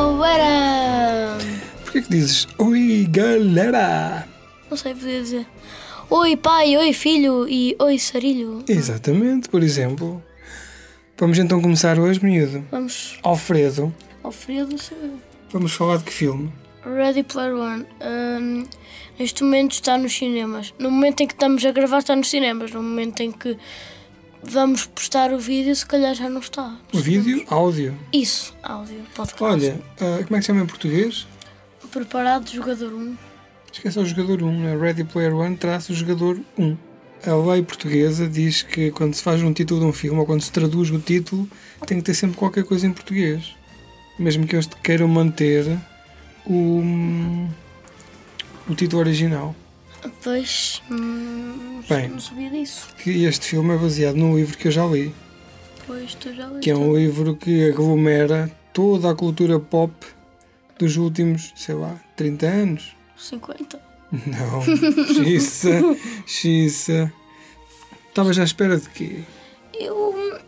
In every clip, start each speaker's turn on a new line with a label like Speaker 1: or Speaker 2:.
Speaker 1: Galera!
Speaker 2: Por que que dizes Oi galera?
Speaker 1: Não sei poder dizer. Oi pai, oi filho e oi sarilho.
Speaker 2: Exatamente, por exemplo. Vamos então começar hoje, miúdo.
Speaker 1: Vamos
Speaker 2: Alfredo,
Speaker 1: ao frio do saber.
Speaker 2: vamos falar de que filme?
Speaker 1: Ready Player One. Ahm, neste momento está nos cinemas. No momento em que estamos a gravar está nos cinemas. No momento em que vamos postar o vídeo, se calhar já não está.
Speaker 2: O vídeo? Áudio?
Speaker 1: Isso, áudio, podcast.
Speaker 2: Olha, ah, como é que se chama em português?
Speaker 1: Preparado, jogador 1.
Speaker 2: Esquece o jogador 1, né? Ready Player One traça o jogador 1. A lei portuguesa diz que quando se faz um título de um filme ou quando se traduz o título, tem que ter sempre qualquer coisa em português. Mesmo que eles queiram manter o, hum, o título original.
Speaker 1: Pois, hum,
Speaker 2: Bem.
Speaker 1: não sabia disso.
Speaker 2: Que este filme é baseado num livro que eu já li,
Speaker 1: Pois, tu já leste.
Speaker 2: que é um livro que aglomera toda a cultura pop dos últimos, sei lá, 30 anos.
Speaker 1: 50.
Speaker 2: Não, xiça, xiça. Estavas à espera de quê?
Speaker 1: Eu hum,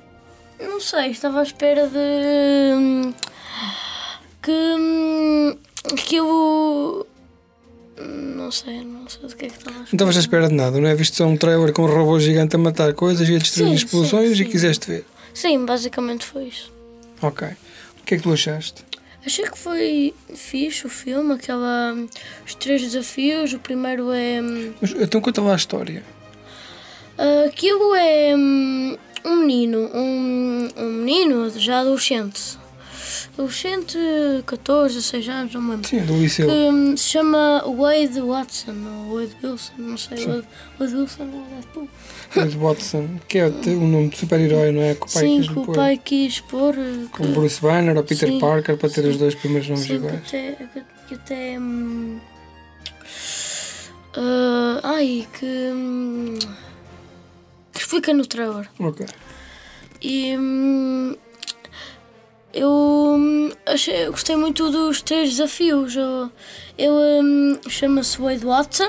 Speaker 1: não sei, estava à espera de hum, que hum, que eu hum, não sei, não sei do que é que estava à
Speaker 2: Não
Speaker 1: espera.
Speaker 2: estavas à espera de nada, não é? Viste só um trailer com um robô gigante a matar coisas e a destruir
Speaker 1: Sim,
Speaker 2: explosões
Speaker 1: sim,
Speaker 2: e
Speaker 1: sim.
Speaker 2: quiseste ver.
Speaker 1: Sim, basicamente foi isso.
Speaker 2: Ok. O que é que tu achaste?
Speaker 1: Achei que foi fixe o filme, aquela hum, os três desafios, o primeiro é hum,
Speaker 2: Mas, então conta lá a história.
Speaker 1: Aquilo é hum, um menino, um, um menino já adolescente. Adolescente, 14, 16 anos, não me lembro.
Speaker 2: Sim, é do liceu.
Speaker 1: que hum, se chama Wade Watson, ou Wade Wilson, não sei, Wade, Wade Wilson é ou Deadpool.
Speaker 2: Wade Watson, que é o um nome de super-herói, não é? Que o pai
Speaker 1: Sim,
Speaker 2: quis
Speaker 1: que
Speaker 2: lhe
Speaker 1: o
Speaker 2: pôr.
Speaker 1: pai quis pôr, eh, que,
Speaker 2: Com Bruce Banner ou Peter
Speaker 1: Sim,
Speaker 2: Parker para ter os dois primeiros nomes
Speaker 1: sim, que
Speaker 2: iguais.
Speaker 1: até, que, que até hum, ah, ai, que, hum, que explica no trailer.
Speaker 2: Ok.
Speaker 1: E hum, eu hum, achei, eu gostei muito dos três desafios. Eu, eu, hum, chama-se Wade Watson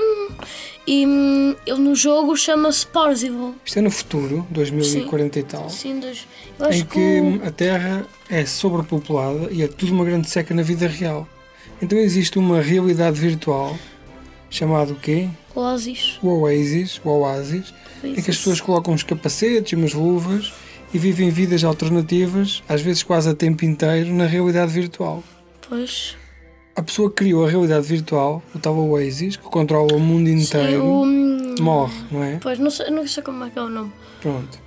Speaker 1: e hum, ele no jogo chama-se Parzival.
Speaker 2: Isto é no futuro, 2040 e tal.
Speaker 1: Sim, dois. Eu
Speaker 2: em
Speaker 1: acho que. o-
Speaker 2: que hum- a Terra é sobrepopulada e é tudo uma grande seca na vida real. Então existe uma realidade virtual chamada o quê?
Speaker 1: Oasis.
Speaker 2: O Oasis, o Oasis, em que as pessoas colocam uns capacetes e umas luvas e vivem vidas alternativas, às vezes quase a tempo inteiro, na realidade virtual.
Speaker 1: Pois.
Speaker 2: A pessoa que criou a realidade virtual, o tal Oasis, que controla o mundo inteiro,
Speaker 1: Eu, hum,
Speaker 2: morre, não é?
Speaker 1: pois, não sei, não sei como é que é o nome.
Speaker 2: Pronto.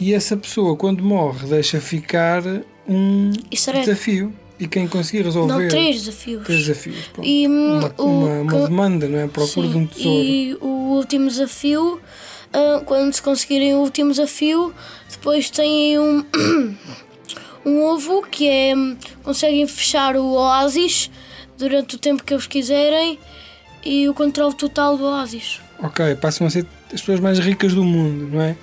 Speaker 2: E essa pessoa, quando morre, deixa ficar um
Speaker 1: Isso era-
Speaker 2: desafio. E quem conseguir resolver
Speaker 1: Não, três desafios.
Speaker 2: três desafios, pronto.
Speaker 1: E hum,
Speaker 2: é. uma,
Speaker 1: o.
Speaker 2: uma- uma
Speaker 1: que-
Speaker 2: demanda, não é? Procura
Speaker 1: Sim,
Speaker 2: de um tesouro.
Speaker 1: E o último desafio, ah, quando se conseguirem o último desafio, depois têm um, um ovo que é. conseguem fechar o oásis durante o tempo que eles quiserem e o controle total do oásis.
Speaker 2: Ok, passam a ser as pessoas mais ricas do mundo, não é?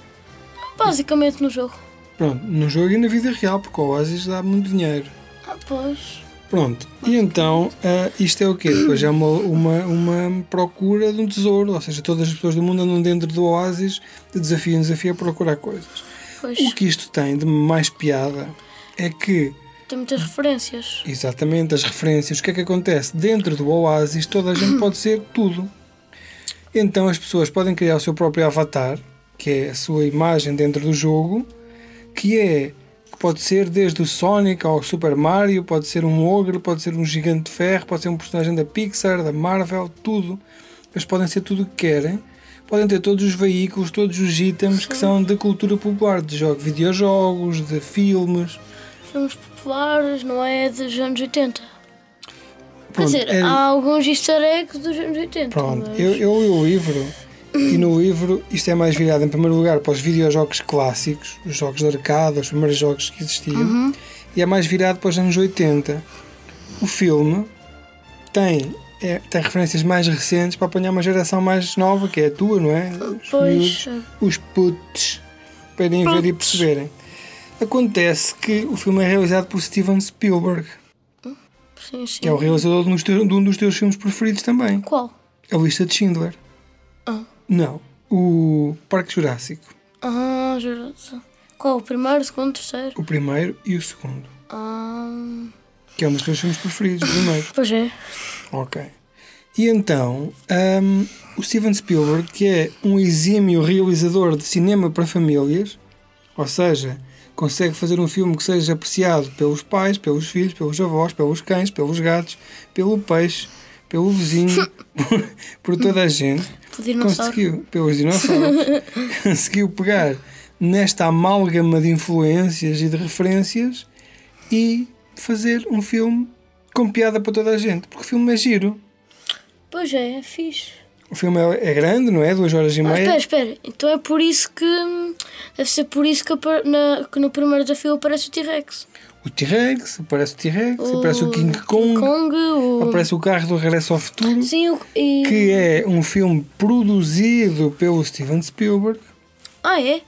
Speaker 1: Basicamente no jogo.
Speaker 2: Pronto, no jogo e na vida real, porque o Oasis dá muito dinheiro.
Speaker 1: Ah, pois.
Speaker 2: Pronto, e então ah, isto é o quê? Depois é uma, uma, uma procura de um tesouro, ou seja, todas as pessoas do mundo andam dentro do Oasis de desafio em desafio a procurar coisas.
Speaker 1: Pois.
Speaker 2: O que isto tem de mais piada é que,
Speaker 1: Tem muitas referências.
Speaker 2: exatamente, as referências, o que é que acontece? Dentro do Oasis, toda a gente pode ser tudo. Então as pessoas podem criar o seu próprio avatar, que é a sua imagem dentro do jogo, que é que pode ser desde o Sonic ao Super Mario, pode ser um ogro, pode ser um gigante de ferro, pode ser um personagem da Pixar, da Marvel, tudo. Eles podem ser tudo o que querem. Podem ter todos os veículos, todos os itens que são da cultura popular, de jogos, videojogos, de filmes.
Speaker 1: Filmes populares, não é? Dos anos 80. Quer
Speaker 2: Pronto,
Speaker 1: dizer,
Speaker 2: é-
Speaker 1: há alguns easter eggs dos anos 80.
Speaker 2: Pronto,
Speaker 1: mas-
Speaker 2: eu, eu li o livro e no livro isto é mais virado em primeiro lugar para os videojogos clássicos, os jogos de arcade, os primeiros jogos que existiam,
Speaker 1: Uhum.
Speaker 2: e é mais virado para os anos 80. O filme tem, é- tem referências mais recentes para apanhar uma geração mais nova, que é a tua, não é? Os
Speaker 1: Pois.
Speaker 2: miúdos, os putos, para irem ver e
Speaker 1: Putos.
Speaker 2: perceberem. Acontece que o filme é realizado por Steven Spielberg,
Speaker 1: Sim, sim.
Speaker 2: que é o realizador de um dos teus- de um dos teus filmes preferidos também.
Speaker 1: Qual?
Speaker 2: É A lista de Schindler.
Speaker 1: Ah.
Speaker 2: Não. O Parque Jurássico.
Speaker 1: Ah, juro. Qual? O primeiro, o segundo, o terceiro?
Speaker 2: O primeiro e o segundo.
Speaker 1: Ah,
Speaker 2: Que é um dos teus filmes preferidos, primeiro.
Speaker 1: Pois é.
Speaker 2: Ok. E então, hum, o Steven Spielberg, que é um exímio realizador de cinema para famílias, ou seja, consegue fazer um filme que seja apreciado pelos pais, pelos filhos, pelos avós, pelos cães, pelos gatos, pelo peixe, pelo vizinho, por, por toda a gente.
Speaker 1: Pelo dinossauro.
Speaker 2: Conseguiu, pelos dinossauros, conseguiu pegar nesta amálgama de influências e de referências e fazer um filme com piada para toda a gente, porque o filme é giro.
Speaker 1: Pois é, é fixe.
Speaker 2: O filme é é grande, não é? Duas horas e
Speaker 1: Ah,
Speaker 2: meia.
Speaker 1: espera, espera. Então é por isso que. hum, Deve ser por isso que, apa- na- que no primeiro desafio aparece o T-Rex.
Speaker 2: O T-Rex, aparece o T-Rex, aparece o King Kong,
Speaker 1: Kong, o.
Speaker 2: aparece o carro do Regresso ao Futuro,
Speaker 1: Sim, o. E...
Speaker 2: que é um filme produzido pelo Steven Spielberg.
Speaker 1: Ah, é?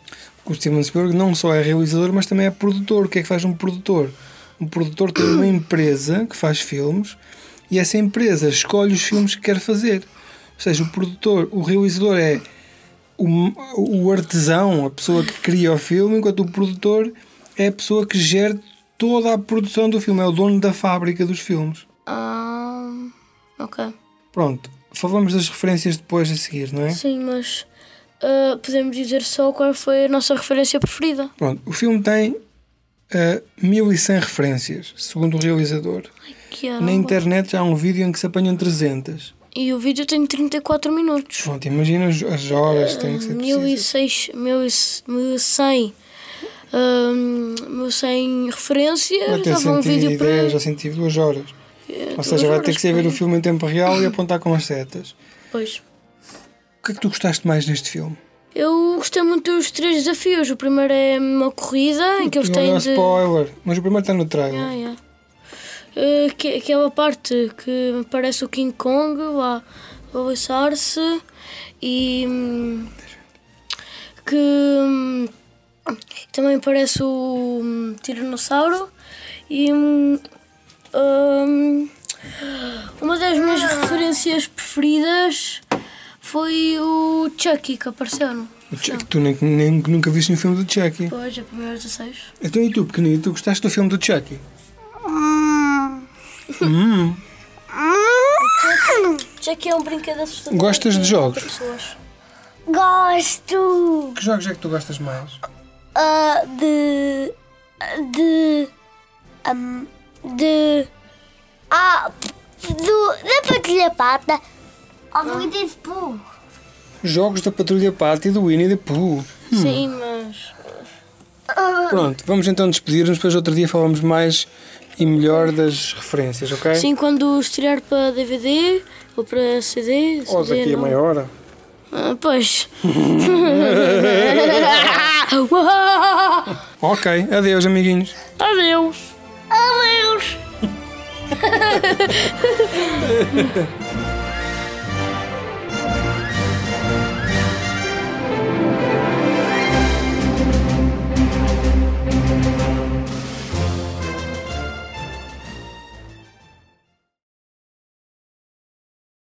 Speaker 2: O Steven Spielberg não só é realizador, mas também é produtor. O que é que faz um produtor? Um produtor tem uma empresa que faz filmes e essa empresa escolhe os filmes que quer fazer. Ou seja, o produtor, o realizador é o, o artesão, a pessoa que cria o filme, enquanto o produtor é a pessoa que gera toda a produção do filme, é o dono da fábrica dos filmes.
Speaker 1: Ah. Ok.
Speaker 2: Pronto, falamos das referências depois a seguir, não é?
Speaker 1: Sim, mas. ah, podemos dizer só qual foi a nossa referência preferida.
Speaker 2: Pronto, o filme tem ah, 1100 referências, segundo o realizador.
Speaker 1: Que era.
Speaker 2: Na internet já há um vídeo em que se apanham 300.
Speaker 1: E o vídeo tem 34 minutos.
Speaker 2: Pronto, imagina as- as horas que têm que ser precisas.
Speaker 1: 1600, 1100, hum, 1100
Speaker 2: Vai
Speaker 1: referências,
Speaker 2: ter
Speaker 1: dava um vídeo
Speaker 2: 110,
Speaker 1: para.
Speaker 2: já senti duas horas.
Speaker 1: eh,
Speaker 2: Ou
Speaker 1: duas
Speaker 2: seja, vai ter
Speaker 1: horas,
Speaker 2: que ser ver o
Speaker 1: pá.
Speaker 2: filme em tempo real e apontar com as setas.
Speaker 1: Pois.
Speaker 2: O que é que tu gostaste mais neste filme?
Speaker 1: Eu gostei muito dos três desafios. O primeiro é uma corrida, em que eles
Speaker 2: Não é
Speaker 1: têm de.
Speaker 2: spoiler, mas o primeiro está no trailer.
Speaker 1: Ah, yeah. Eh, que, aquela parte que parece o King Kong lá a lançar-se e hum, que hum, também parece o hum, Tiranossauro e hum, hum, uma das minhas referências preferidas foi o Chucky que apareceu no
Speaker 2: O Chuck,
Speaker 1: então.
Speaker 2: tu nem, nem- nunca viste nenhum filme do Chucky.
Speaker 1: hoje, a primeira 16.
Speaker 2: Então e tu, pequenino, tu gostaste do filme do Chucky? Hum.
Speaker 3: Ah,
Speaker 1: Chucky é um brinquedo assustador.
Speaker 2: Gostas de jogos?
Speaker 1: Pessoas.
Speaker 3: Gosto
Speaker 2: Que jogos é que tu gostas mais?
Speaker 3: ah, de. de. ahm, de. Ah, do, da patilha pata. Ao ah. de pum.
Speaker 2: Jogos da Patrulha Pata e do Winnie the Pooh.
Speaker 1: Sim, mas.
Speaker 2: Pronto, vamos então despedir-nos, depois outro dia falamos mais e melhor das referências, ok?
Speaker 1: Sim, quando estrear para DVD ou para CD.
Speaker 2: Ou
Speaker 1: CD
Speaker 2: daqui a
Speaker 1: não.
Speaker 2: meia hora.
Speaker 1: Ah, pois.
Speaker 2: Ok, adeus amiguinhos.
Speaker 3: Ah,
Speaker 1: Adeus.
Speaker 3: Adeus.